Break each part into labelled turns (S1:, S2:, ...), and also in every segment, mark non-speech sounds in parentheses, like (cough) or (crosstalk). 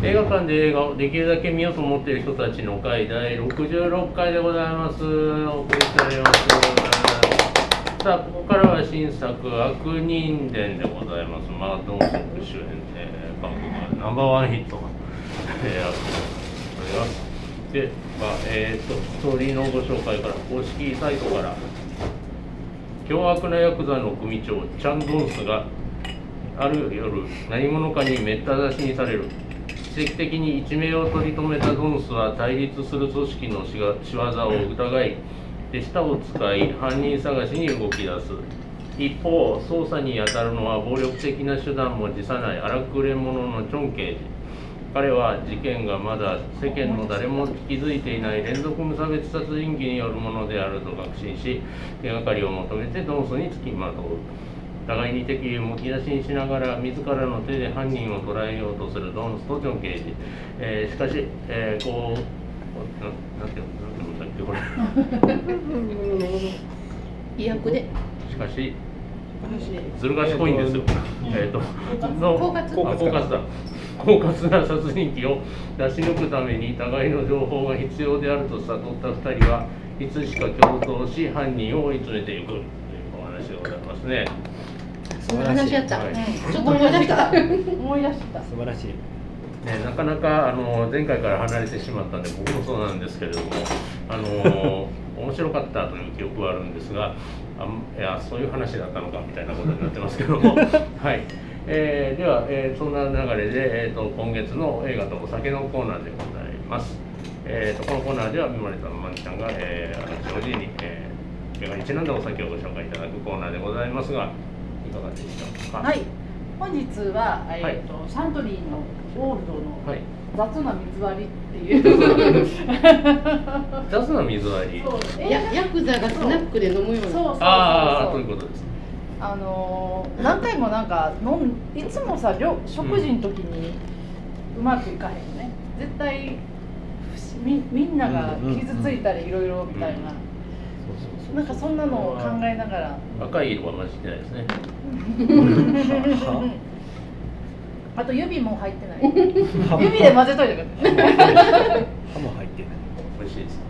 S1: 映画館で映画をできるだけ見ようと思っている人たちの会第66回でございますお送りしておりますさあここからは新作「悪人伝」でございますマートン・ソック主演で番組ナンバーワンヒットがえーあると思いますで、まあえー、っとストーリーのご紹介から公式サイトから凶悪なヤクザの組長チャン・ドンスがある夜何者かにめった刺しにされる奇跡的に一命を取り留めたドンスは対立する組織のしが仕業を疑い手下を使い犯人探しに動き出す一方捜査に当たるのは暴力的な手段も辞さない荒くれ者のチョン刑事彼は事件がまだ世間の誰も気づいていない連続無差別殺人鬼によるものであると確信し手がかりを求めてドンスにつきまとう互いに敵意をむき出しにしながら自らの手で犯人を捕らえようとするドンスとジョン刑事、えーしかし、えーこうななんて読むんだっけこれ
S2: 飛躍で
S1: しかしずる賢いんですよ。えっ、と、の
S2: 狡猾
S1: 狡猾だ。狡猾な殺人鬼を出し抜くために互いの情報が必要であると悟った二人はいつしか共闘し犯人を追い詰めていくというお話でございますね。
S2: その話やった、
S1: はい
S2: ちょっと思い出した
S3: 思い出した。
S4: 素晴らしい。
S1: ね、なかなかあの前回から離れてしまったんで僕もそうなんですけれどもあの面白かったという記憶はあるんですがあんいやそういう話だったのかみたいなことになってますけどもはい、えーでは、えーそんな流れで、えー、と今月の映画とお酒のコーナーでございます、えー、とこのコーナーでは三森さんまみちゃんが、えー、私おじいに、えー映画にちなんだお酒をご紹介いただくコーナーでございますがいかがでしたか
S3: はい。本日は、えっ、
S1: はい
S3: と、サントリーのオールドの
S1: はい
S3: 雑な水割りっていう。
S1: 2つの水割り
S3: そう、
S2: やヤクザがスナックで飲む
S3: そう
S2: ような
S3: そうそう
S1: ああ
S3: そ
S1: と
S3: う
S1: いうことです
S3: あのー何回もなんか飲んいつもさ料食事の時にうまくいかへんね、絶対不思みみんなが傷ついたりいろいろみたいな、なんかそんなのを考えながら、
S1: 赤い色は混じってないですね。
S4: は
S3: あと指も入ってない
S4: 歯も
S3: 指で混ぜといてくれ
S4: 歯も入ってる。
S1: 美味しいです。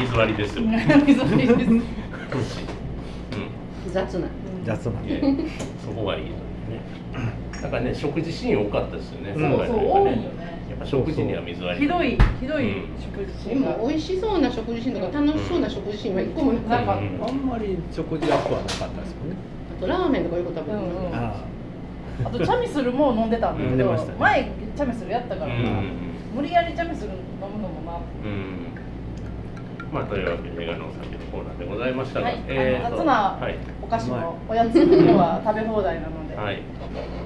S1: 水割りですよ。美味
S3: 水割りです
S1: しい。
S2: 雑な
S4: 雑な
S1: うん。。いやそこがいいですね。なんかね、食事シーン多かったですよね。
S4: うん
S1: 今回
S3: そうそ
S1: の映
S3: う
S1: 画
S3: 多い
S1: ね。
S3: よね
S1: やっぱ食事には水割り。
S3: ひどいひどい食事シ
S2: で
S3: ーンが
S2: も美味しそうな食事シーンとか楽しそうな食事シーンは一個もなく
S3: なんか、
S1: うん
S4: あんまり食事アップはなかったですもんね。
S2: あとラーメンとかよく食べてます、
S3: うんうん
S4: あ
S3: あとチャミスルも飲んでたんだ
S1: 飲
S3: け
S1: んで
S3: ど、
S4: ましたね
S3: 前チャミスルやったから
S1: う
S3: な、
S1: ん。
S3: 無理やりチャミスル飲むのもな
S1: うん。まあ、というわけで、映画のお酒のコーナーでございましたが。
S3: はい
S1: ーと
S3: あの夏菜
S1: はい。
S3: お菓子もおやつも今日は食べ放題なので、
S1: はい。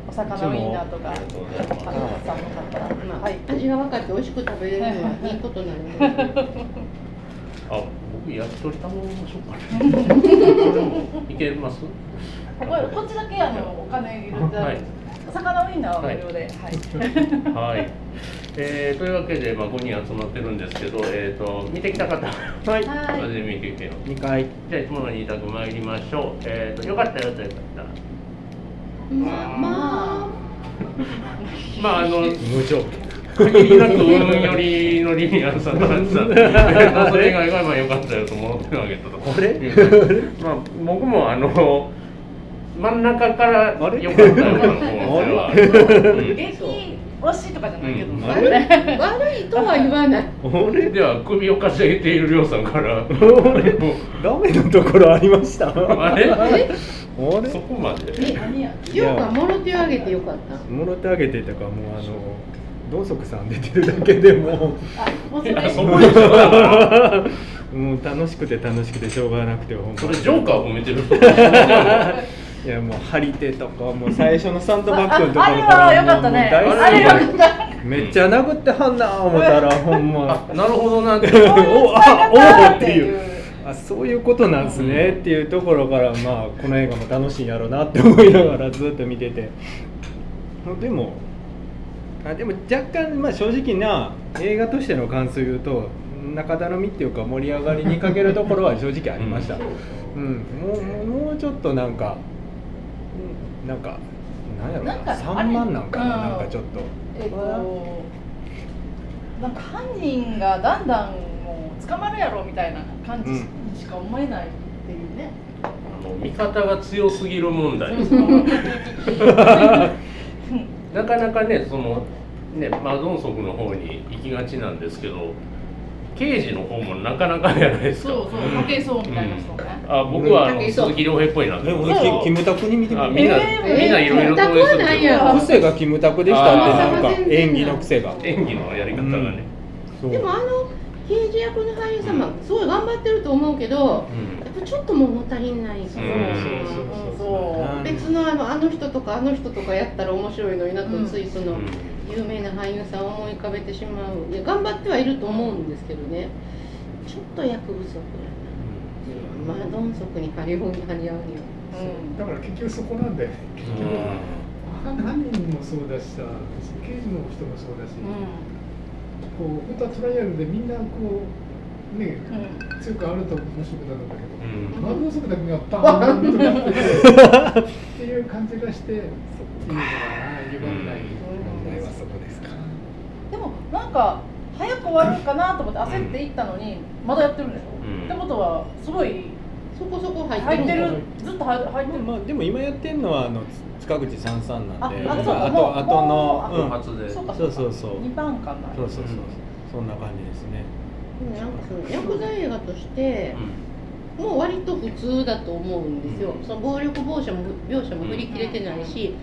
S3: お魚ウインナーとか
S1: ありがとうございます
S3: パンさんも買ったら、
S2: まあ
S3: はい
S2: 味が分かって美味しく食べれるのはいいことなので
S1: あ、僕焼き鳥頼みましょうか
S3: (laughs)
S1: ね。いけます。
S3: これこっちだけあのお金入れてあるんですお魚ウインナーは無料で、はい
S1: はい。えー、というわけで、まあ、5人集まってるんですけど、えー、と見てきた方、はい
S3: はい
S1: それで見てきてよ
S4: あ、二回。
S1: じゃあ、いつもの2択参りましょう。えー、とよかったよという方、
S2: まあま
S1: まあ、あの、
S4: (laughs) 無条件。
S1: 限りなく運よりのリニアさんの話だったそれ以外はまあよかったよと思ってあげたと。
S4: あれ
S1: (laughs) まあ、僕もあの真ん中からよかったよと思っては
S4: あ。
S1: うん
S3: 激惜しいとかじゃないけど、
S1: うん
S2: あ悪い
S3: (laughs)
S2: 悪いとは言わない
S4: あれ
S1: では首をかしげているりょうさんから。
S4: ラーメンのところありました。
S1: あ
S4: (laughs) あ
S1: れ
S2: え
S4: あ
S1: そ
S4: れ。
S1: こまで。
S2: え
S3: 何や
S2: 量がもろ手を挙げてよかった
S4: もろってあげてたから、もうあの。同足さん出てるだけでも
S3: あもうそ
S1: いや
S3: れ
S1: そこでしょ
S4: う。もう楽しくて楽しくてしょうがなくて、ほんま
S1: それジョーカーを褒めてる人あ
S4: いや、もう張り手とか、もう最初のサンドバッグのところ
S3: ああれは良かったね
S4: もう
S3: あれ
S4: 大
S3: 良
S4: 好
S3: か
S4: き
S3: った
S4: めっちゃ殴ってはんな思ったらほんま
S1: なるほどなって
S4: (laughs) おあお
S3: あ
S4: おっていうあそういうことなんですねっていうところからまあこの映画も楽しいんやろうなって思いながらずっと見ててでもあでも若干まあ正直な映画としての感想を言うと中だるみっていうか盛り上がりにかけるところは (laughs) 正直ありました、うん、もうもうもうちょっとなんかうんなんか何やろ
S3: なんかあれ
S4: 3万なんかな
S3: うん
S4: なんかちょっと
S3: えっとなんか犯人がだんだんもう捕まるやろみたいな感じしか思えないっていうね、
S1: あの味方が強すぎる問題
S3: そうそう
S1: なかなかねそのねマゾン則の方に行きがちなんですけど刑事の方もなかなかやないですか
S3: そうそう、かけそうみたいな人ね。
S1: あ僕はあの
S2: 武井壮
S1: 鈴木亮平っぽいなと
S4: え
S1: 思っ
S4: 俺
S1: た
S3: そう
S4: キキムタクに見てみ
S1: あ
S4: る
S1: みんな、
S3: えー
S1: みんないろいろ投影する
S2: キムタクはない
S1: けど
S2: やろ
S4: 癖がキムタクでしたって
S1: あー
S4: なんか演技の癖が
S1: 演技のやり方がね、
S4: そう
S2: でもあの刑事役の俳優様すごい頑張ってると思うけど
S1: うん
S2: やっぱちょっと物足りない
S1: そう
S3: そうそう
S4: うん
S2: 別のあのあの人とかあの人とかやったら面白いのになと
S3: うん
S2: ついそうの
S1: ん
S2: 有名な俳優さんを思い浮かべてしまういや頑張ってはいると思うんですけどねちょっと役不足やなマドンソクにハリオンに張り合うには
S5: だから結局そこなんだよね結局犯人もそうだしさ刑事の人もそうだし、こう本当はトライアルでみんなこうね強くあると面白くなるんだ
S1: う
S5: け
S1: ん
S5: ど、マグロ速だけがバーンとなっててっていう感じがしてっていうのが歪んない
S4: 問題はそこですか
S3: でも、なんか早く終わるかなと思って焦っていったのに、まだやってるんでしょ
S1: うん
S3: ってことは、すごい
S2: そこそこ入って
S3: 入
S2: る
S3: ってる、ずっと入入ってる。
S4: まあでも今やってんのはあの塚口三三なんで
S3: あ
S4: あ
S3: あそうかもう
S4: とあと
S3: もう
S1: 後
S4: のうん
S1: 発で
S3: そうか、
S4: そうそうそう
S3: 二番かな。
S4: そうそうそうそんな感じですね
S2: うんなんかその薬剤映画としてもう割と普通だと思うんですよその暴力描写も描写も振り切れてないし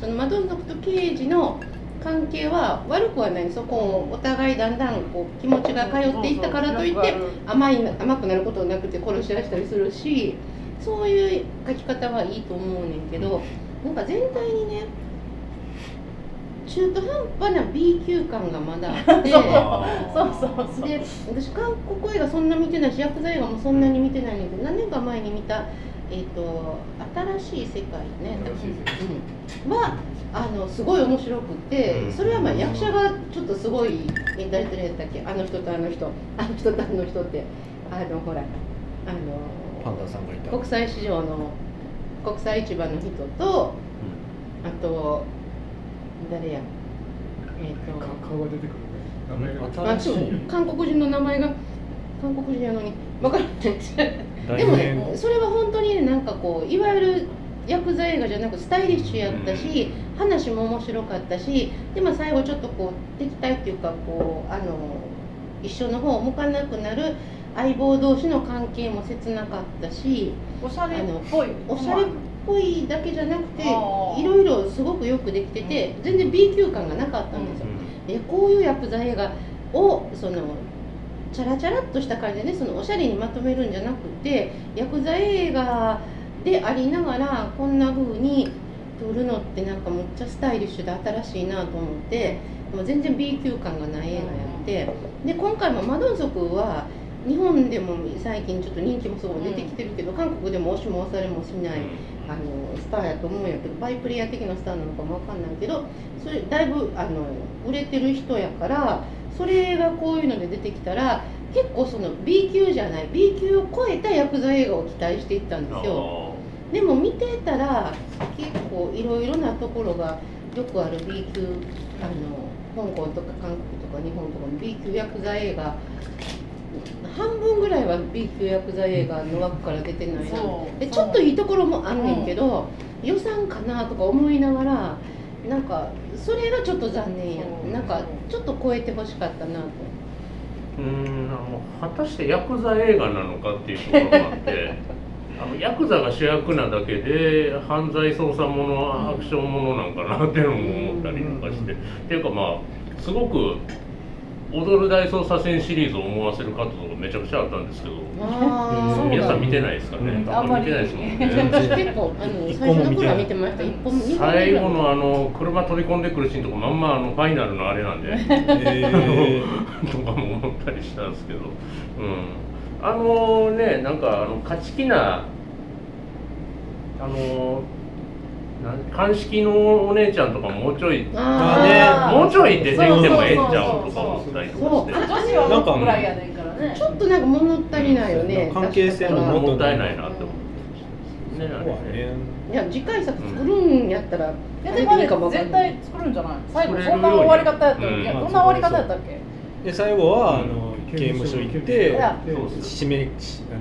S2: そのマドンソクと刑事の関係は悪くはないそこをお互いだんだんこう気持ちが通っていったからといって甘い甘くなることなくて殺し合したりするしそういう書き方はいいと思うねんけどなんか全体にね中途半端な B 級感がまだあっ
S3: (laughs)
S2: て。
S3: そうそうそう。
S2: で私韓国映画そんな見てないし薬剤映画もそんなに見てないんだけど何年か前に見た「えー、と新しい世界ね」
S5: 新し
S2: う
S5: い
S2: んはあのすごい面白くてそれはまあ役者がちょっとすごいえ誰誰やったっけあの人とあの人あの人とあの人ってあのほらあ
S4: パン
S2: の
S4: ダさんがいた
S2: 国際市場の国際市場の人とあと誰やえっ、と
S5: か顔が出てくるね名前が
S4: うん
S2: あそう韓国人の名前が韓国人やのに分からないでもねそれは本当にねなんかこういわゆる薬剤映画じゃなくスタイリッシュやったし話も面白かったしで、まあ、最後ちょっとこう敵対っていうかこうあの一緒の方を向かなくなる相棒同士の関係も切なかったし
S3: おしゃれっぽい。
S2: おしゃれっぽいだけじゃなくてい
S3: あー
S2: ろいろすごくよくできてて全然 B 級感がなかったんですよ。えこういう薬剤映画をそのチャラチャラっとした感じでねそのおしゃれにまとめるんじゃなくて薬剤映画でありながらこんな風に撮るのってなんかむっちゃスタイリッシュで新しいなと思ってもう全然 B 級感がない映画やってで今回も「マドンソク」は日本でも最近ちょっと人気もすごい出てきてるけど、韓国でも押しも押されもしないあのスターやと思うんやけどバイプレイヤー的なスターなのかもわかんないけどそれだいぶあの売れてる人やからそれがこういうので出てきたら結構その B 級じゃない B 級を超えた薬剤映画を期待していったんですよでも見てたら結構いろいろなところがよくある B 級あの香港とか韓国とか日本とかの B 級薬剤映画半分ぐらいは B 級薬剤映画の枠から出てないな
S3: そう。
S2: でちょっといいところもあんねんけど、予算かなとか思いながらなんかそれがちょっと残念や
S3: そう
S2: なんかちょっと超えてほしかったなと
S1: うんあの果たしてヤクザ映画なのかっていうところがあって (laughs) あのヤクザが主役なだけで犯罪捜査ものアクションものなんかなっていうのも思ったりとかして、っていうかまあすごく「踊る大捜査線」シリーズを思わせるカットとかめちゃくちゃあったんですけど
S2: あ
S4: ーそう
S1: 皆さん
S4: だ
S1: 見てないですかね、
S4: うん
S1: あん (laughs) まり見てないですもんね
S2: 私結構あの
S4: 一
S2: 最
S4: 本も
S2: 初の
S4: 見て
S2: 頃
S4: な
S2: はい見てました一本二本
S1: 最
S2: ぐら
S1: 後
S2: い
S1: のあの車飛び込んでくるシーンとかまんまあのファイナルのあれなんで
S4: え
S1: (laughs) とかも思ったりしたんですけど、うん、あのねなんかあの勝ち気なあのなん鑑識のお姉ちゃんとかもうちょい
S2: あ
S1: もうちょい出てきてもええんちゃうんとか思ったりとかして
S3: 女子は六個ぐらいやねんから
S2: あ
S3: ね
S2: ち。ょっとなんか物足りないよね
S4: 関係性
S1: ちょ
S4: の
S1: っと
S4: も
S1: もったいないなって思ってねあ
S4: こは
S1: れね
S4: (laughs) ね
S2: いや次回作作るんやったら、
S3: え
S2: あ
S3: で
S2: れ
S3: もあ
S2: でい
S3: れ
S2: いかもわか
S3: 絶
S2: んない
S3: 対作るんじゃない最後
S1: 作れる
S3: そんな終わり方やったっ
S1: よ
S3: け
S1: ね
S3: いや
S4: うん
S3: どんな終わり方やったっけ
S4: で最後は、
S1: うん
S4: あの刑務所行って
S1: そうそう
S4: 締めしあの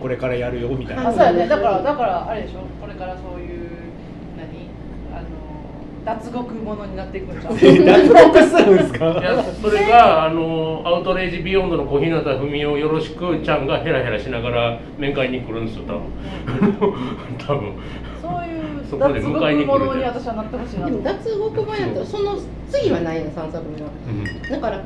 S4: これからやるよみたいな
S3: あ
S2: は
S3: そうやねだからだからあれでしょこれからそういう何あの脱獄ものになっていくんじゃん
S4: (laughs) え脱獄するんです
S1: いや
S4: か
S1: それがあのアウトレイジビヨンドの小日向文雄よろしくちゃんがヘラヘラしながら面会に来るんですよ多分 (laughs) 多分
S3: そういう
S1: そこで
S3: 脱
S1: 迎えに来る
S3: 獄もの
S1: み
S3: に
S1: たいな
S3: 私はなってほしいな
S2: で
S3: と
S2: も脱獄版やったらその次はないの3作目は
S1: うん
S2: だから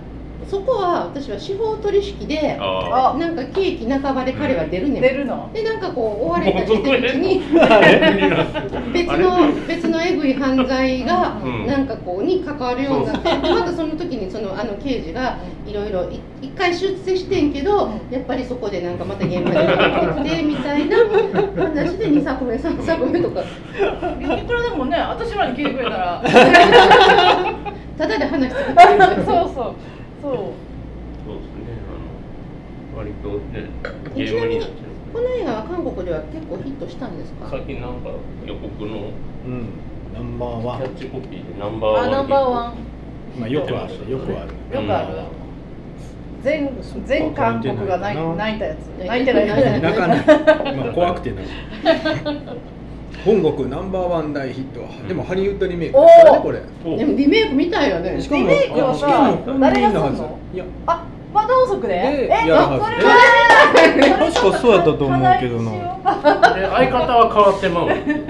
S2: そこは私は司法取引で
S1: あ
S3: あ
S2: なんか刑期半ばで彼は出るねん
S3: 出るの
S2: でなんかこう追われたりしてるう
S4: (laughs)
S2: ちに
S1: ああれなんですよ
S2: 別
S1: あれ
S2: の別のえぐい犯罪が
S1: うん
S2: なんかこうに関わるようになってでまたその時にそのあの刑事がいろいろい一回出世してんけどやっぱりそこでなんかまた現場に帰ってきてみ
S4: (laughs)
S2: たいな話で2作目3作目とか
S3: いくらでもね私らに聞いてくれた (laughs) ら
S2: ただで話作ってるみたいな
S3: そうそうそ
S1: そ
S3: う
S1: うですねあの割とねゲ
S2: ち
S1: ー
S2: な
S1: ム
S2: み
S1: に
S2: に
S1: なっちゃう
S2: この映画は韓国では結構ヒットしたんですか
S1: さっきなんか予告の
S4: うんナンバー
S1: キ
S4: ワ
S1: ャ
S4: ン
S1: ッチコピーでナンバーワ
S3: あ
S1: ン
S3: ナンバーワ
S4: まあよくあるよくある
S3: ンよくある全全韓国が泣い泣いたやつ泣いてない泣いてない
S4: 泣かない、まあ、怖くてない本国ナンバーワン大ヒットでもハリウッドリメイクですからねこれ
S1: お
S2: でもリメイク見たいよね
S4: しかも
S3: リメイクはさ
S4: しかも本人のはず
S3: 誰がすんの
S4: いや
S3: あ和同族で
S4: で
S3: え
S4: やるはず
S3: それは
S4: 確かそうやったと思うけどな
S3: 課題にしよう
S1: で相方は変わってまう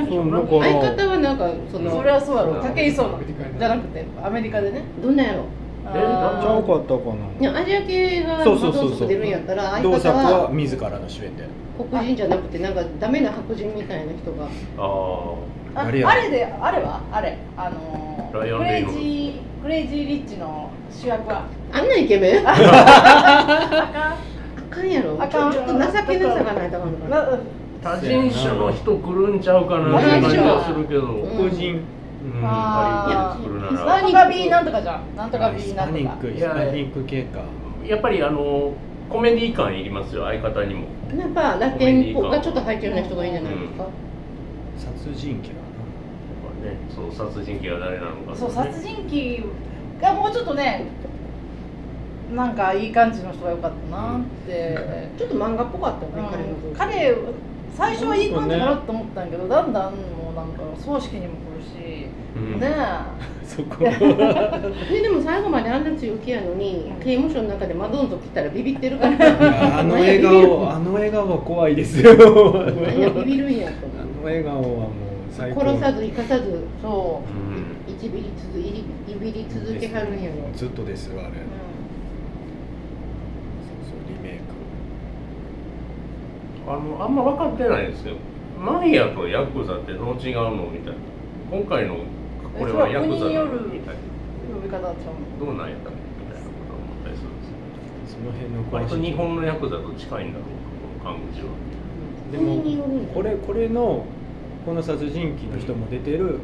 S4: そうだか
S2: 相
S4: ら
S2: 方はなんかその
S3: それはそうだろう武井壮
S5: アメリカに
S3: じゃなくてアメリカでね
S2: どんなんやろ
S3: あ
S4: ちゃう
S3: ー
S4: かったか
S2: いやアジア系が
S4: そうそうそうそう
S2: 窓を出るんやったら
S4: な
S2: 相
S4: 同
S2: 方
S4: 作は
S2: は
S4: 自らの主演で
S2: 黒人じゃなくてなんかダメな白人みたいな人が
S1: あ
S3: あ
S4: あ
S3: あ
S4: れ
S3: れ
S4: や
S3: であれはあれあのー
S1: ライオン
S3: ク
S1: レ
S3: レ
S1: イ
S3: イ
S1: ノルズ
S3: ジークレイジーリッチの主役は
S2: あんなイケメンあ
S3: あか
S2: かんやろ
S3: あかん
S2: ちょっと情けなさがないとあかん
S3: ん
S2: のかな
S3: な
S1: あ多人種の人来るんちゃうかなって感じはするけど、うん
S2: 黒人
S1: ハリウッドで来るな
S3: な
S1: ら
S3: んとか B なんとかじゃんなんとか
S4: あ
S3: B
S4: ヒス
S3: な
S4: パ
S3: んと
S4: ニ
S3: か
S4: ック
S1: い
S4: ヒス
S1: や
S4: パニック系か
S1: やっぱりあのコメディ感いりますよ相方にも
S2: やっぱラテンっぽがちょっと入ってるような人がいいんじゃないですか、
S4: 殺人鬼だ
S1: ねそう殺人鬼が誰なのかとかね
S3: そう殺人鬼がもうちょっとねなんかいい感じの人が良かったなって、
S2: ちょっと漫画っぽかった
S3: う
S2: ね、彼の
S3: ん
S2: 像
S3: 彼最初はいい感じだなと思ったんやけど、だんだんもうなんか葬式にも来るし、
S1: うん
S3: ね
S4: (laughs) なそこは
S2: ででも最後まであんな強気やのに刑務所の中でマドンと来たらビビってるから
S4: いやあの笑
S2: (laughs)
S4: 顔あの笑顔は怖いですよあ
S2: みんなビビるんやと思
S4: の笑顔はもう最高
S2: う殺さず生かさず
S3: えそう
S2: い
S1: ん
S2: いびり続いびいびり続けはるんやろ
S4: ずっとですよあれ
S3: う、う
S4: そうそうリメイク
S1: あのあんま分かってないですよ前やとヤクザってどう違うのみたいな今回のこれはヤクザなのみたいなん
S3: 呼び方ちゃう
S1: どうなんやったっけみたいなことを思ったりするんですよ
S4: その辺の
S1: 割と日本のヤクザと近いんだろうかこの感じは
S4: で
S2: 国
S4: も
S2: によるんだ
S4: これこれのこの殺人鬼の人も出てる、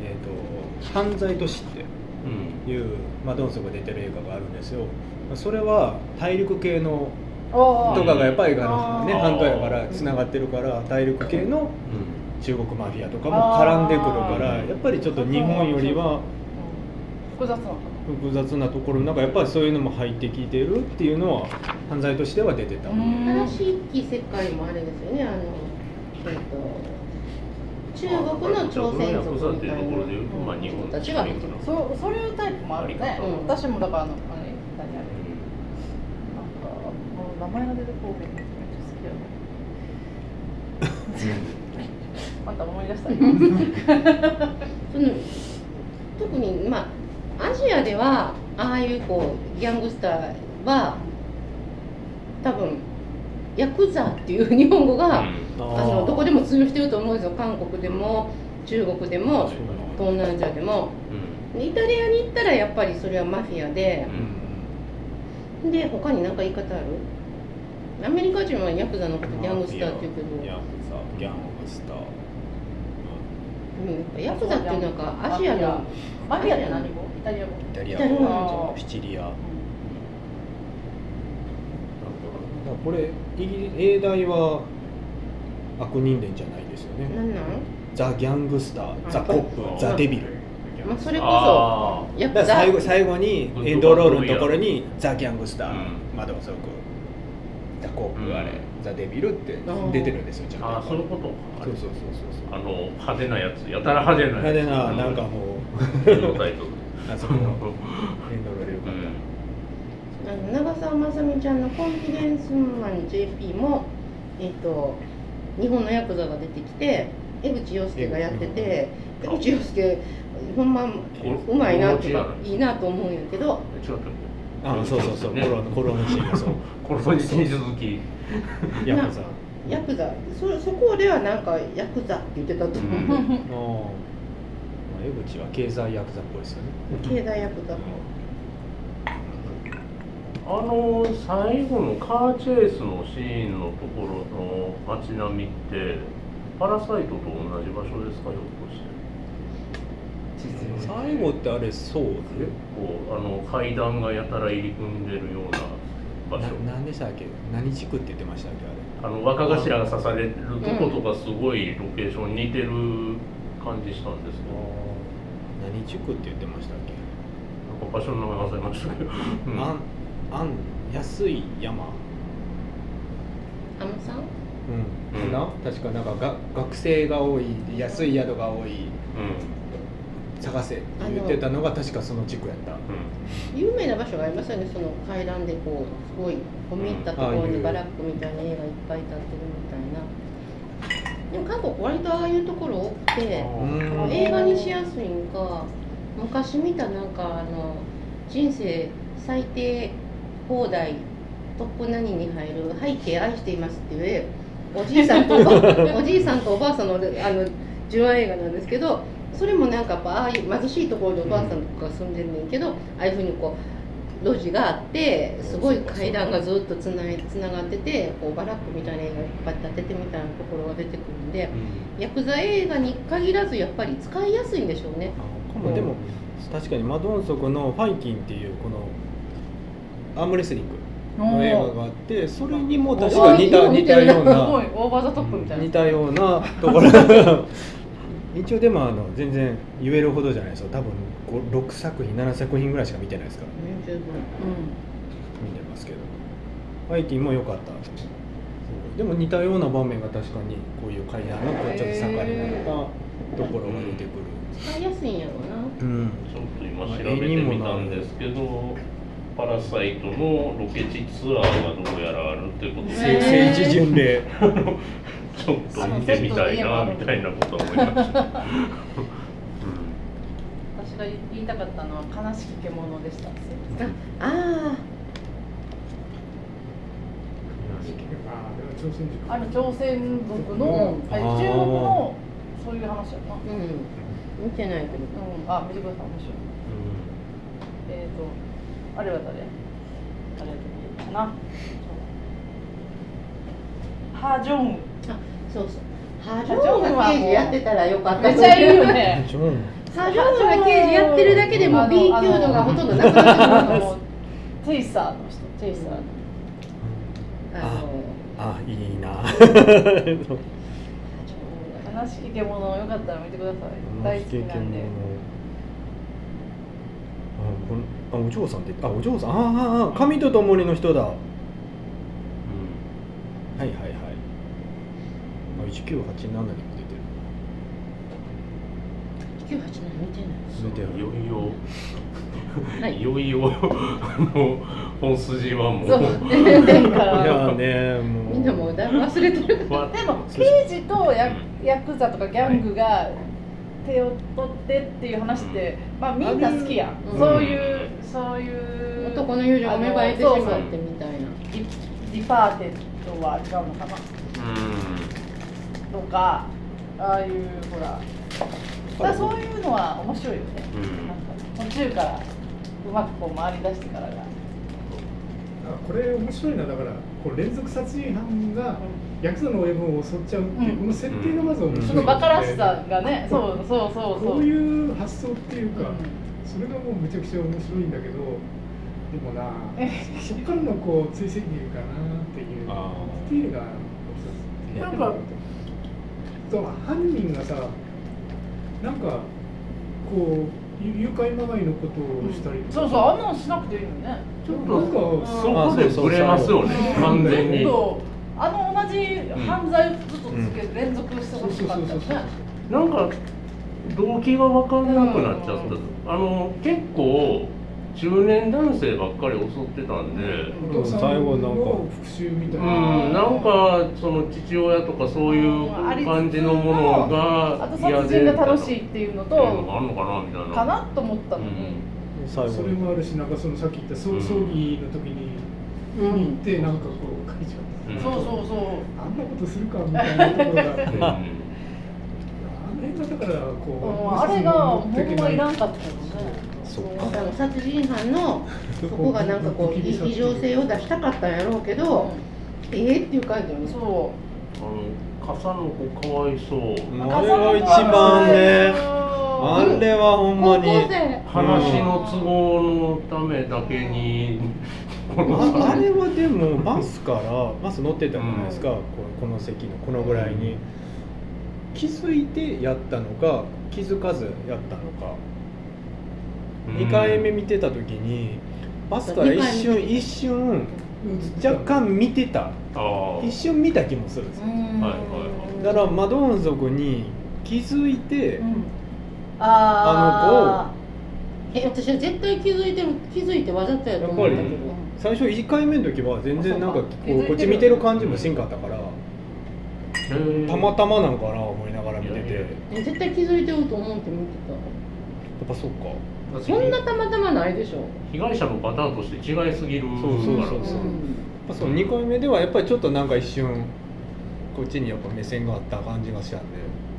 S4: えー、と犯罪都市っ
S1: うん
S4: ていう、まあ、ドンソクが出てる映画があるんですよまあそれは大陸系の
S3: の
S4: と
S1: ど
S4: かがやっぱりあの、ね、
S3: あー
S4: 犯罪やからつながってるから大陸系の中国マフィアとかも絡んでくるから
S1: あー
S4: やっぱりちょっと日本よりは
S3: 複雑なの
S4: 複雑なところなんかやっぱりそういうのも入ってきてるっていうのは犯罪としては出てた、
S3: うん
S2: 新しい世界もあれですよねあの、えっと中国の朝鮮
S1: ヤクザ
S2: 族
S1: っ
S2: み
S1: てい
S2: た
S1: うと
S2: い
S1: ころで言うと、まあ、
S2: な
S1: 日
S2: 人
S1: 本
S2: たちが入ってくる
S3: そうそういうタイプもあるね、
S2: うん
S3: 私もだからあのあれ何あれなんかもう名前が出てこうめっちゃ好きやなま
S2: (laughs)
S3: た思い出した今
S2: その特にまあアジアではああいうこうギャングスターは多分ヤクザっていう (laughs) 日本語が、
S4: あ
S2: あのどこで
S4: も
S2: も通用してると思うんですよ韓国でも中国でも東南アジアでもでイタリアに行ったらやっぱりそれはマフィアでで他に何か言い方あるアメリカ人はヤクザのことギャングスターって言うけど、
S4: ギャングスターギャングスター
S2: うん、やっぱヤクザっていうなんかアジアの
S3: マフィアって何語イタリア語
S4: イタリ
S2: ア
S4: ア
S2: 語イタリア語
S3: なんじゃん
S4: シチリアこれイギリス英大は悪人伝じゃないですよね
S2: なんなん
S4: ザ・ギャングスターザ・コップザ・デビル
S2: まあ、それこそ
S1: あー
S2: や
S4: だ
S2: っ
S4: から
S2: ぱザ
S4: 最後最後にエンドロールのところにザ・ギャングスター、
S1: うん
S4: マドンソクザ・コッ
S1: う
S4: プ
S1: ん
S4: あれ、ザ・デビルって出てるんですよちゃんと
S1: あーそういうこと
S4: そうそうそうそう
S1: あの派手なやつやたら派手な
S4: 派
S1: やつ
S4: 手ななんかも
S1: うん英語タイトル
S4: うあそこのエンドロールよか
S1: う
S4: っ
S1: ん
S2: あの長澤まさみちゃんの「コンフィデンスマン JP も」えっと日本のヤクザが出てきて江口洋介がやってて江口洋介ほんまうまいなとかいいなと思うんやけど
S1: ちょっと
S4: た、あそうそうそうコロのコロのシーンがそう
S1: この人に続き
S4: ヤクザ
S2: ヤクザそそこではなんかヤクザって言ってたと思う、
S4: あーまあ江口は経済ヤクザっぽいですよね
S2: 経済ヤクザ
S1: あの最後のカーチェイスのシーンのところの街並みってパラサイトと同じ場所ですかよくして
S4: 最後ってあれそう
S1: 結構あの階段がやたら入り組んでるような場所
S4: ななんでしたっけ何地区って言ってましたっけあれ
S1: あの若頭が刺されるとことかすごいロケーション似てる感じしたんですけど、
S4: 何地区って言ってましたっけ、
S1: なんか場所の名前忘れましたけど、うん
S4: あんあん安い山
S2: あのさん
S4: うん、
S1: うん
S4: かな確かなんかが学生が多い安い宿が多い探せって言ってたのが確かその地区やった
S1: う
S2: 有名な場所がありますよねその階段でこうすごい込み入ったところにバラックみたいな家がいっぱい建ってるみたいなでも韓国割とああいうところ多くて
S1: んうん
S4: うん
S2: 映画にしやすいんか昔見たなんかあの人生最低放題トップ何に入る背景愛していますっていうおじいさんとおばおじいさんとおばあさんのあの純愛映画なんですけどそれもなんかやっぱああいう貧しいところにおばあさんとかが住んでるねんけどああいうふうにこう路地があってすごい階段がずっとつないつながっててこうバラックみたいな映画いっぱい建ててみたいなところが出てくるんで。ヤクザ映画に限らずやっぱり使いやすいんでしょうね。
S4: あかもでも確かにマドンソクの「ファイキン」っていうこのアームレスリングの映画があってそれにも確か似た
S3: おー
S4: 似たよう
S3: すご
S4: ない
S3: オーバーザトップみたいな
S4: 似たようなところ (laughs) 一応でもあの全然言えるほどじゃないですよ多分6作品7作品ぐらいしか見てないですから
S2: 十分。
S3: う
S4: 見てますけどファイティンも良かったでも似たような場面が確かにこういう階段のこうちょっと盛りなのかところが出てくる、
S2: 使いやすいんやろう
S4: う
S1: ち
S4: ん、
S1: ょっと今調べてみたんですけど、パラサイトのロケ地ツアーがどうやらあるってこと
S3: へ
S4: せ
S3: ー
S1: で、
S4: 政治巡礼
S1: ちょっと見てみたいなみたいなことは思いました。うん
S3: ん、私が言いたかったのは悲しき獣でした。
S2: な。ああ
S5: 朝鮮人
S3: ある朝鮮族の、あ
S4: あー
S3: 中国のそういう話やな。う
S2: ー、うん。見てないけど。
S3: ん、あ、見てください、面白い。えっ、と、あれは誰。あれだかな。ハジョン。
S2: あ、そうそう。ハジョーンが刑事やってたらよかった。
S3: めっちゃいいよ。ね。
S4: ジョン
S2: ハジョーンが刑事やってるだけでも
S3: あの
S2: B 級度がほとんどなくなって
S3: あ
S2: くる
S3: のチェイサーの人、チェイサーの。
S2: あの
S4: あいいな
S3: 悲しき獣、よかったら見てください。大好きなんで。
S4: あこのあお嬢さんってあお嬢さんああああ神と共にの人だはいはいはいあ1987にも出てる
S2: 九八七見て
S4: 出
S2: な
S4: てる
S1: いよいよ、、
S2: はいい
S1: よいよあの本筋はもう
S2: い。そう。
S3: だか
S4: い
S3: ら
S4: やねもう
S2: みんなもうだいぶ忘れてる。
S1: わ
S3: でも刑事とヤヤクザとかギャングが手を取ってっていう話って、まあ、みんな好きやん、
S2: うん
S3: そういうそういう
S2: 男の友情が芽生えてし
S3: そうそう
S2: まってみたいな。
S3: ディディパーテッドは違うのかな
S1: う
S3: とかああいうほらだからそういうのは面白いよね、
S1: うん
S3: なんか途中からうまくこう回り出してからが、
S5: あこれ面白いなだからこう連続殺人犯がヤクザの親分を襲っちゃうっていう、
S3: うん
S5: この設定がまず面白いです
S3: そ
S5: ね
S3: のバカらしさがねそうそうそうそう
S5: こういう発想っていう
S3: う
S5: か、
S3: ん
S5: それがもうめちゃくちゃ面白いんだけどでもなそっからのこう追跡がなっていう
S4: あ
S5: スティールが
S4: ー
S3: なんか
S5: と犯人がさなんかこうゆ誘拐まがいのことをしたり
S3: そうそう、あんなのしなくていいのにね。
S5: ちょっとなんか
S1: そこでブレますよね
S5: うん
S1: 完全
S3: ち
S1: に
S3: ょっとあの同じ犯罪をずっとつけ、連続して
S5: そ
S3: ほ
S5: う
S3: し
S5: そう
S3: か
S5: そ
S3: っ
S5: う
S3: たよ
S5: そうそう
S3: ね。
S1: なんか動機が分かんなくなっちゃった、
S3: う
S1: あの結構中年男性ばっかり襲ってたんで、
S5: お父さん
S4: 最後なんか
S5: の復讐みた
S1: う
S5: いな、
S1: ん、なんかその父親とかそういう感じのもの
S3: あと
S1: が
S3: 殺人が楽
S1: い
S3: しいっていうの
S1: っていうの
S3: と、
S1: があるのかなみたいな
S3: かなと思った
S1: う
S3: のに。
S1: ん
S4: 最後
S5: それもあるしなんかそのさっき言った葬
S1: うん
S5: 葬儀の時に
S3: う
S5: 行っ
S3: ん
S5: てなんかこう書いちゃった、
S1: うん
S3: そうそうそ
S5: あんなことするかみたいなところがあって
S1: うん
S5: あの辺がだからこ
S3: う。
S5: う、
S3: うんあれが、ほん
S5: 持ってけ
S3: ま
S5: ない
S3: らんかったよね。
S4: そっ
S2: あ
S4: か
S2: の殺人犯のそこがなんかこう異常性を出したかったんやろうけど、ええっていう感じよね
S3: そ
S1: あの笠の子かわいそう
S3: う。
S4: あれが一番ねあれはほんま
S2: 高校
S4: に
S2: 生
S1: 話の都合のためだけに殺
S4: あ
S1: さ
S4: あ
S1: れ
S4: れ
S1: る
S4: はでもバスからバス乗ってたじゃないですか、こうこの席のこのぐらいに、気づいてやったのか気づかずやったのか、
S1: うん
S4: 二2回目見てた時にバスから一瞬一瞬若干見てた
S1: ああ
S4: 一瞬見た気もするんですよ
S1: はいはい
S4: だからマドン族に気づいて、
S3: あ
S2: え私は絶対気づいてる気づいてわざとやと思ったけ
S1: や
S2: ど
S1: っぱ
S4: 最初1回目の時は全然なんか
S3: あ
S4: こ
S3: そうか
S4: うこっち見てる感じもしんかったから、
S1: へえ
S4: たまたまなんかな思いながら見て
S1: い
S4: て
S1: やい
S4: や
S1: や
S4: っ
S2: え絶対気づいてると思って見て
S4: ぱそっか
S1: だったて
S2: そんなたまたまないでしょ
S1: 被害者のパターンとして違いすぎるから
S4: そうそうそうそう
S2: う
S4: ん (laughs) やっぱその2回目ではやっぱりちょっとなんか一瞬こっちにやっぱ目線があった感じがしたんで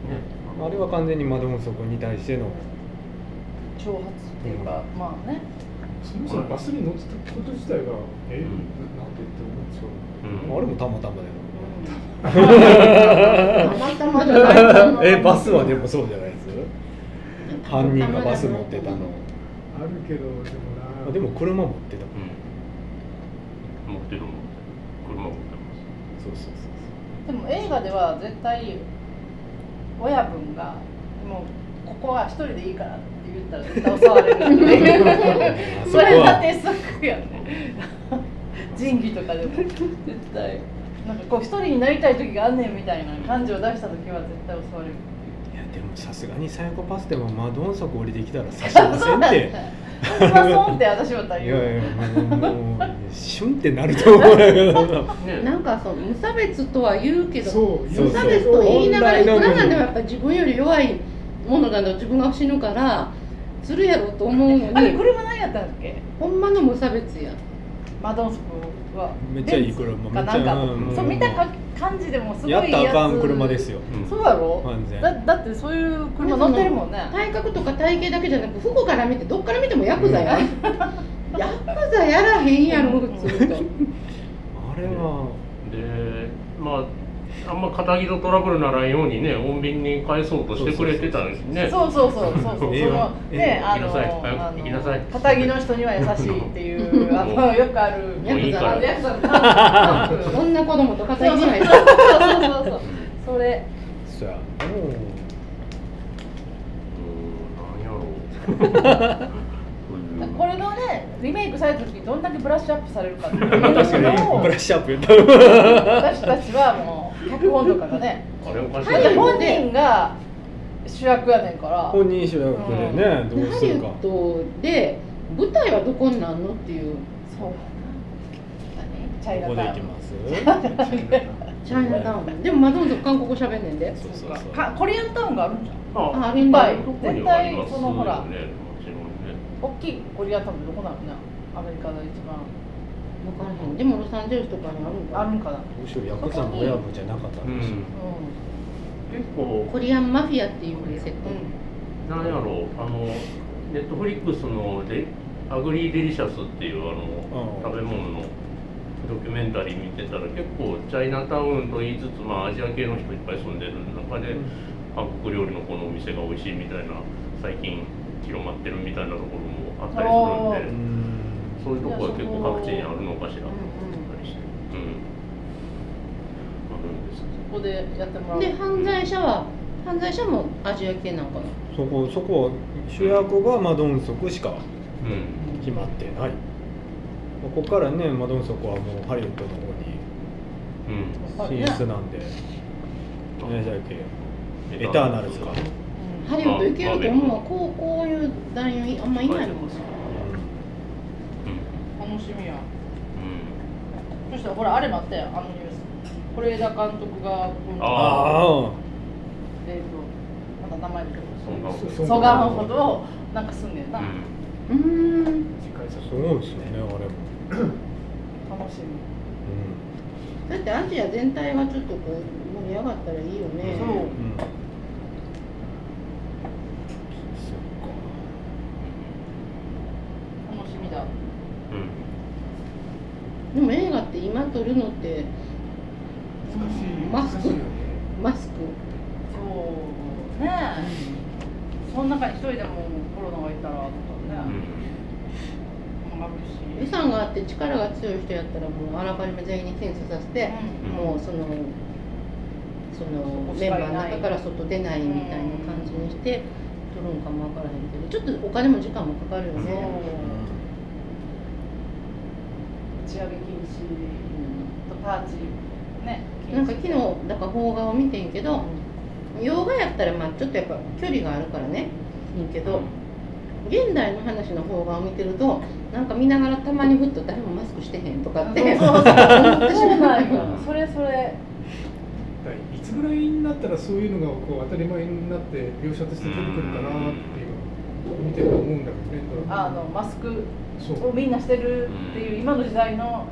S1: ね
S4: あれは完全にマドンソクに対しての
S3: 挑発っていうか、まあね。
S5: そもそもバスに乗ってたこと自体がえ、
S1: うん
S5: なんでって思っちゃう
S1: う
S4: あれ
S1: ん
S4: もたまたまだよ
S2: たまたまじゃない
S4: な (laughs) えバスはでもそうじゃないです犯人がバス乗ってたの
S5: あるけどでもな
S4: あでも車持ってたもん
S1: うん持ってる持ってる車持ってます
S4: そうそうそ
S3: でも映画では絶対親分がもうここは一人でいいからって言ったら絶対襲われるって
S1: (laughs)
S3: いうそれが鉄則やね仁義とかでも絶対なんかこう一人になりたい時があんねんみたいな感じを出した時は絶対襲われる
S4: ういやでもさすがにサイコパスでもマドンソク降りてきたら刺しませ
S3: そ
S4: んって
S3: うだねそんなそんって私は大
S4: い
S3: 丈夫
S4: やいやもうシュンってなると思うんだ (laughs) けどな
S1: ね
S2: なんかその無差別とは言うけど
S5: そう
S4: そう
S2: 無差別と言いながらいくらなんでもやっぱ自分より弱いものなの自分が死ぬからするやろうと思うの
S3: あれ
S2: に
S3: 車何やったんだっけ
S2: ほんまの無差別や
S3: マドンソクは
S4: めっちゃいい車
S3: ベンツかなんか
S4: めっちゃうん
S3: そう見たか感じでもすごい
S4: や
S3: や
S4: っ
S3: つ
S4: たらあかん車ですよ
S1: うん
S3: そうだろ
S4: 完全
S3: だだってそういう車乗ってるもんね
S2: 体格とか体型だけじゃなく服から見てどっから見てもヤクザや、 (laughs) ヤクザやらへんやろ普通
S3: (laughs)
S2: と
S4: あれは
S1: でまああんま肩着のトラブルならんようにね穏便に返そうとしてくれてたんですね
S3: そうそうそうそうそう
S4: え
S3: そ
S4: えわ
S3: のね
S4: ええ
S3: あ
S1: 行き
S3: の
S1: なさい早く
S3: あ
S1: 行きなさい
S3: の肩着の人には優しいって
S4: (laughs)
S3: いうあ
S1: も
S3: の
S1: う
S3: よくある
S1: もういいから
S3: あのヤクザのタンク (laughs) そう
S2: 女子供と肩
S3: そう
S2: 入
S3: そう
S2: れない
S3: そうそうそれ
S4: そや
S1: うんなんやろう
S3: これのねリメイクされた時にどんだけブラッシュアップされるかっていう
S4: 確かに
S3: のを
S4: ブラッシュアップ言った
S3: 私たちはもう脚本とかがね
S1: あれおかしい
S2: はい
S1: な
S3: 本人が主役やねんから
S4: 本人主役でね、どう
S2: ハ
S4: す
S2: リウ
S4: るか
S2: ッドで舞台はどこになんのっていう
S3: そうだな何チャイナ
S4: ここ
S3: タ
S4: で
S3: ウ
S4: 行
S3: ン
S4: きます
S2: チャイナタウンでもマドンソク韓国語しゃべんねんで
S4: そうそうそう
S3: かコリアンタウンがあるんじゃん
S1: あ
S2: あるん
S3: だ
S2: だ
S1: どこに
S3: 絶
S1: あり
S3: 対
S1: ます
S3: そのほら
S1: よねもちろんね
S3: 大きいコリアンタウンってどこなのねアメリカの一番
S2: 分からへんでもロサンゼルスとかにあるんだ
S3: あるんかな
S4: むしろヤクザの親分じゃなかったんでし
S1: う
S4: ょ、
S1: ん
S3: う
S1: 結構
S2: コリアンマフィアっていう店
S3: ん、うん
S1: なんやろうあのネットフリックスので「アグリー・デリシャス」っていうあの
S4: うん
S1: 食べ物のドキュメンタリー見てたら結構チャイナタウンと言いつつ、まあ、アジア系の人いっぱい住んでる中で韓国料理のこのお店が美味しいみたいな最近広まってるみたいなところもあったりするんでそういうとこは結構各地にあるのかしらと思ったりして、うんまるんです
S3: ここでやってもらう
S2: で犯罪者は犯罪者もアジア系なんかな
S4: そこそこは主役がマドンソクしか
S1: うん
S4: 決まってないここからねマドンソクはもうハリウッドの方
S1: うん
S4: に進出なんで何でしたっけエターナルズか、
S2: ハリウッド行けると思うこうこういう男優あんまいないもんね
S1: う
S3: 楽しみや
S1: ん
S3: そしたらほらあれ待ってあのニュース是枝監督がうん
S1: あ
S4: あ
S3: えーとまた名前出てこ
S1: そんなこと
S3: な
S5: そ
S3: い
S5: ん
S3: ソ
S5: な
S3: ガンほどなんかすんねんな、
S2: うーん
S5: 次回
S4: あ
S5: 作
S4: すごいですよねあれも、
S3: 楽しみ
S2: だってアジア全体がちょっとこう盛り上がったらいいよね
S3: そ
S1: うん
S3: う
S4: うんうん、そっ
S3: 楽しみだ
S1: うん
S2: でも映画って今撮るのって
S5: 難しい
S2: マ
S5: 難
S2: スク
S5: しいよね
S2: マスク
S3: そうねその中に一人でもコロナがいたらとかね、ある
S2: 予
S3: し
S2: 算があって力が強い人やったらもうあらかじめ全員に検査させて、
S1: うん
S2: もうそのそのメンバーの中から外出ないみたいな感じにして撮るんかもわからへんけどちょっとお金も時間もかかるよ
S3: そう
S2: ね、
S3: 打ち上げ禁止とパーチね禁止
S2: なんか昨日だから邦画を見てんけど洋画やったらまあちょっとやっぱ距離があるからねいいけど現代の話の邦画を見てるとなんか見ながらたまにふっと誰もマスクしてへんとかって思ってし
S3: そうそうそう
S2: ま
S3: な
S2: うん
S3: よそれそれ
S5: だからいつぐらいになったらそういうのがこう当たり前になって描写として出てくるかなっていうのを見てると思うんだけどね
S3: あのマスク
S5: そう
S3: をみんなしてるっていう今の時代の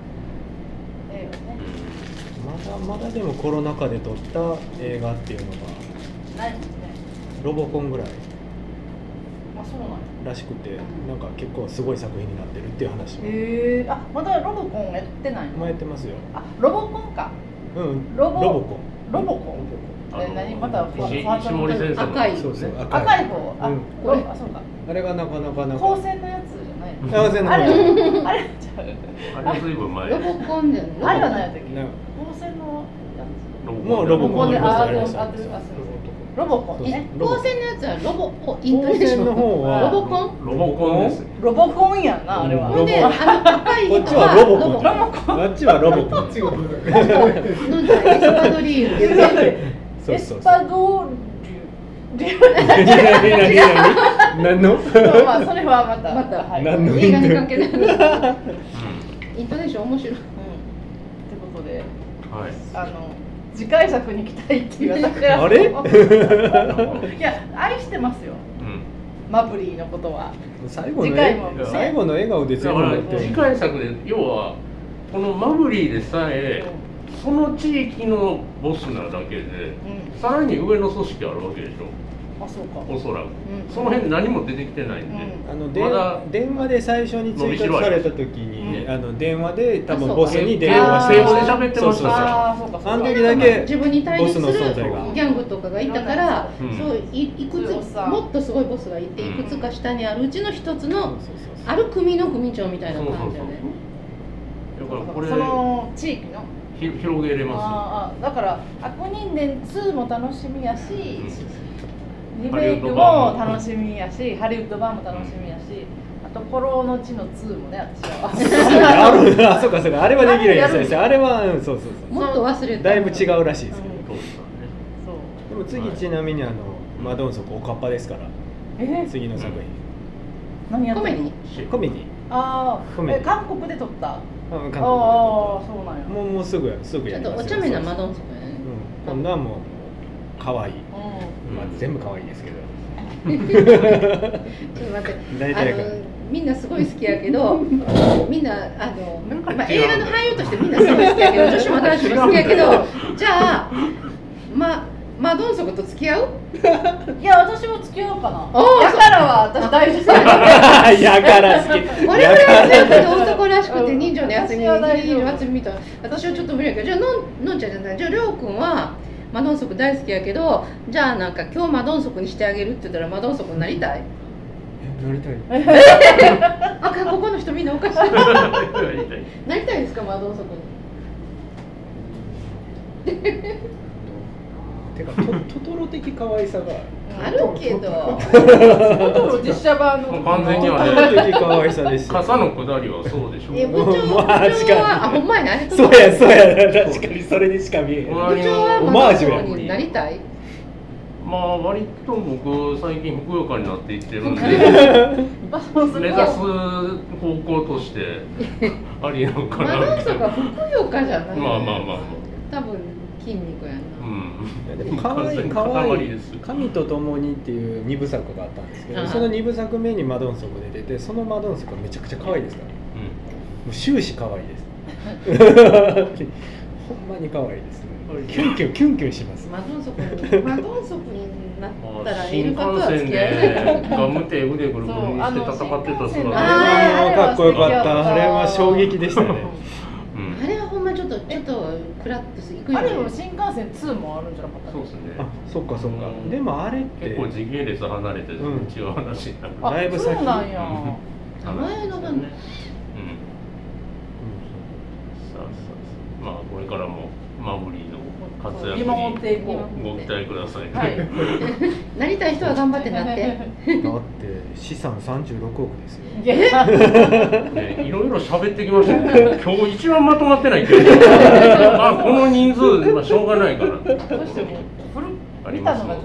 S3: 映画ね
S4: かまだまだでもコロナ禍で撮った映画っていうのが
S3: ないもんね
S4: ロボコンぐらい
S3: まあそうなんや
S4: らしくてなんか結構すごい作品になってるっていう話も
S3: へえあまだロボコンやってないの
S4: 前やってますよ
S3: あロボコンか
S4: うん
S3: ロボ
S4: ロボコン
S3: ロボコンえ何また
S1: 石石森先生の
S2: 赤い
S4: そうそう赤
S3: 赤い方あ、
S4: うん
S3: これあそうか
S4: あれがなかなかな
S3: 光
S4: か
S3: 線のやつじゃ
S4: (laughs)
S3: ない
S4: あ全然
S3: あれ
S4: な
S3: あれちゃう
S1: あれずいぶん前
S2: ロボコンで
S3: あれは何やったっけ
S4: な
S3: 光線のや
S1: ロボ
S3: つ
S4: もうロボコン
S3: で
S4: の
S3: ああ
S4: や
S3: あ
S4: つ
S3: あ
S4: や
S3: あ
S4: りました
S3: すいません
S5: ロ
S3: ロボコン
S4: そう
S3: ね
S2: 光線のやつはロボコイント
S4: 光
S2: ネーショ
S4: 線
S2: ン
S4: の方は
S2: ロボコン
S1: ロボコンですね
S3: ロボコンやんなあれは
S4: う
S2: ほん
S4: ロ
S2: で
S4: ボ
S2: あの赤い
S4: こっ
S2: 人
S4: ちはロボコン
S2: ロ
S4: あっちはロボコ
S5: ボ
S4: ン
S3: (laughs)
S5: コン違 (laughs)
S2: ボ
S5: う
S2: コンのエスパドリーム
S4: そう
S3: エ
S4: そ
S3: ス
S4: うそ
S3: パ
S4: う
S3: ドリュ
S4: 何何何何の
S3: ーまあそれはまた
S2: また
S3: はい
S4: 何
S3: うん
S4: の
S2: 映画に関係ないイントネーション面白い
S3: ってことで
S1: うんはい
S3: あの次回作に期待っていう私は
S4: あれ
S3: いや愛してますよ
S1: うん
S3: マブリーのことは
S4: 最後の
S3: 次回もね
S4: 最後の笑顔で
S1: だ
S4: 全
S1: か
S4: 部
S1: ら
S4: 持って
S1: 次回作で要はこのマブリーでさえその地域のボスなだけで
S3: うん
S1: さらに上の組織あるわけでしょ
S3: あそうか
S1: おそらく
S2: うん
S1: その辺何も出てきてないんで、
S3: うん
S4: あので
S1: まだ
S4: 電話で最初に追加された時に、
S1: うん
S4: あの電話で多
S2: あそ
S4: 分
S2: う
S4: ボスに電話し
S3: あー
S4: て
S3: 英語
S1: で喋ってました
S4: そうそうそう
S3: ああそうかそうか
S4: あの時だけ
S2: 自分に対立する
S4: ボスの
S2: ギ
S4: 存在が
S2: ャングとかがいたから、
S1: うん
S2: そういいく
S3: 強
S2: つ
S3: さ
S2: もっとすごいボスがいてい
S1: うん
S2: くつか下にあるうちの一つの
S4: そうそうそう
S2: ある組の組長みたいな感じよね
S1: だからこれ
S3: その地域の
S1: ひ広げれま
S3: あーあーだから悪人伝2も楽しみやし、
S1: すうん
S3: リメイクも楽しみやしハリウッド版も楽しみやし、あと「コロの地の2」もね私は
S4: あるなあそうかそうかあれはできるやつですあれはうんそうそうそ
S2: もっと忘れ
S4: う
S2: た
S4: だいぶ違うらしいですけど、
S1: そうですよね
S3: そう
S4: でも次
S1: はい
S4: ちなみにあのマドンソクおかっぱですから
S3: えー、
S4: 次の作品、
S3: 何やっ
S2: コ
S3: て
S2: メデ
S3: んの
S2: ィ
S1: し
S4: コメディ
S3: あ
S4: コ
S3: あ
S4: メ
S3: え韓国で撮ったあ
S4: あ韓国で
S3: あー
S4: も
S3: そうなんや
S4: うもうすぐすぐ
S2: ちょ
S4: や
S2: っ
S4: り
S2: と
S4: ます
S2: お
S4: よ
S2: 茶目な
S4: そう
S2: マ
S4: そう
S2: ドンソクやね
S4: うん、今度はもう可愛い、
S3: う、
S1: うん
S4: まあ、全部可愛いですけど (laughs)
S2: ちょっと待って
S4: 大
S2: あ
S4: 体が
S2: のみんなすごい好きやけどみんなあの、
S1: なんか違う
S2: まあ、映画の俳優としてみんなすごい好きやけど女子も男子も好きやけどじゃあまマドンソクと付き合うん
S3: いや私も付き合おうかな
S2: おー
S3: やからは私大丈夫
S4: (laughs)
S2: (laughs)
S4: やから好き
S2: 俺ぐらい強くて男らしくて人情のやつに
S3: うん
S2: いる厚みみたいな私はちょっと無理やけどじゃあのんのんちゃんじゃないじゃありょうくんはマドンソク大好きやけどじゃあなんか今日マドンソクにしてあげるって言ったらマドンソクになりたい
S4: え乗りたい
S2: あかんここの人みんなおかしい
S1: やりたい
S2: なりたいですかマドンソクにって
S4: てかトトトロ的可愛さが
S2: あるけど
S3: トトロ実写版の
S1: 完全に
S4: ト
S1: は
S4: ト
S1: ね
S4: ロ的可愛さですよ
S1: (laughs) 傘の下りはそうでしょ
S2: え
S1: う。
S2: 部長部長
S4: まあ確かに
S2: はあほんまやねあれ
S4: そうやそうやな確かにそれにしか見えへん
S1: ほら
S4: あ
S2: 部長は
S4: オマージュや
S2: 松本になりたい
S1: まあ割と僕最近ふくよかになっていってるんで、
S3: バスのそ
S1: 目
S3: れ
S1: 指す
S3: は
S1: 方向としてありなのか
S2: マ
S1: なみ
S2: ダン
S1: た
S2: と
S1: い
S2: か
S1: な。
S2: ふくよかじゃない
S1: まあまあまあまあ。
S2: 多分筋肉やな、
S1: うん。
S4: でも可愛い可
S1: 完全
S4: 愛
S1: に塊
S4: い
S1: です
S4: 神と共にっていう二部作があったんですけ
S2: は
S4: ど
S2: い
S4: その二部作目にマドンソクで出てそのマドンソクめちゃくちゃ可愛いですからもう終始可愛いですほんまに可愛いですキュンキュンキュンキュンします
S2: マドンソクにマドンソクにな
S1: うん
S2: った
S1: まあ
S2: らイ
S1: 新
S2: ル
S1: 幹
S2: カとは付
S1: 線
S2: き合えない
S1: でガムテープでぐるぐるにして戦ってた
S3: そうあの新幹線
S1: 姿
S3: の
S1: が、
S2: あー
S4: あーかっこよかっ
S3: あれは素敵やったた
S4: あれは衝撃でしたね
S1: う
S2: あ
S1: ん、
S2: れはほんまちょっとちょっとクラッとすいく
S3: あ
S2: よね
S3: れも新幹線2もあるんじゃなかった
S1: そうですね。
S4: あそっかそっか
S1: うん
S4: でもあれって
S1: 結構時系列離れてる
S4: うん
S1: 違う話になる。
S3: あ
S4: だいぶ先
S3: そうなんや
S2: 名前の
S1: うん
S2: 分。
S1: さあさあさあまあこれからもマブリーの活躍
S3: 見守っていこ
S2: (laughs)
S3: う
S1: ご期待ください。
S3: はい
S2: なりたい人は頑張ってなって
S4: だって資産36億ですよ
S3: いやいや
S1: ね、いろいろ喋ってきました
S2: (laughs)
S1: ね。今日一番まとまってないけど。まあこの人数まあしょうがないから。
S3: どうしても古見たのがちょっと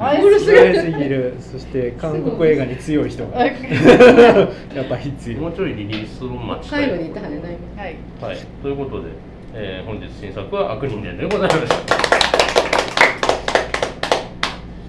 S3: 前
S2: 古すぎ
S4: 嫌
S2: る
S4: いすぎるそして韓国映画に強い人がやっぱ必
S1: も
S4: 要
S1: うちょいリリースを待ちたい。
S2: 最後に言ったはねない
S3: は
S1: は
S3: い
S1: い。ということで、えー本日新作は悪人伝でございました。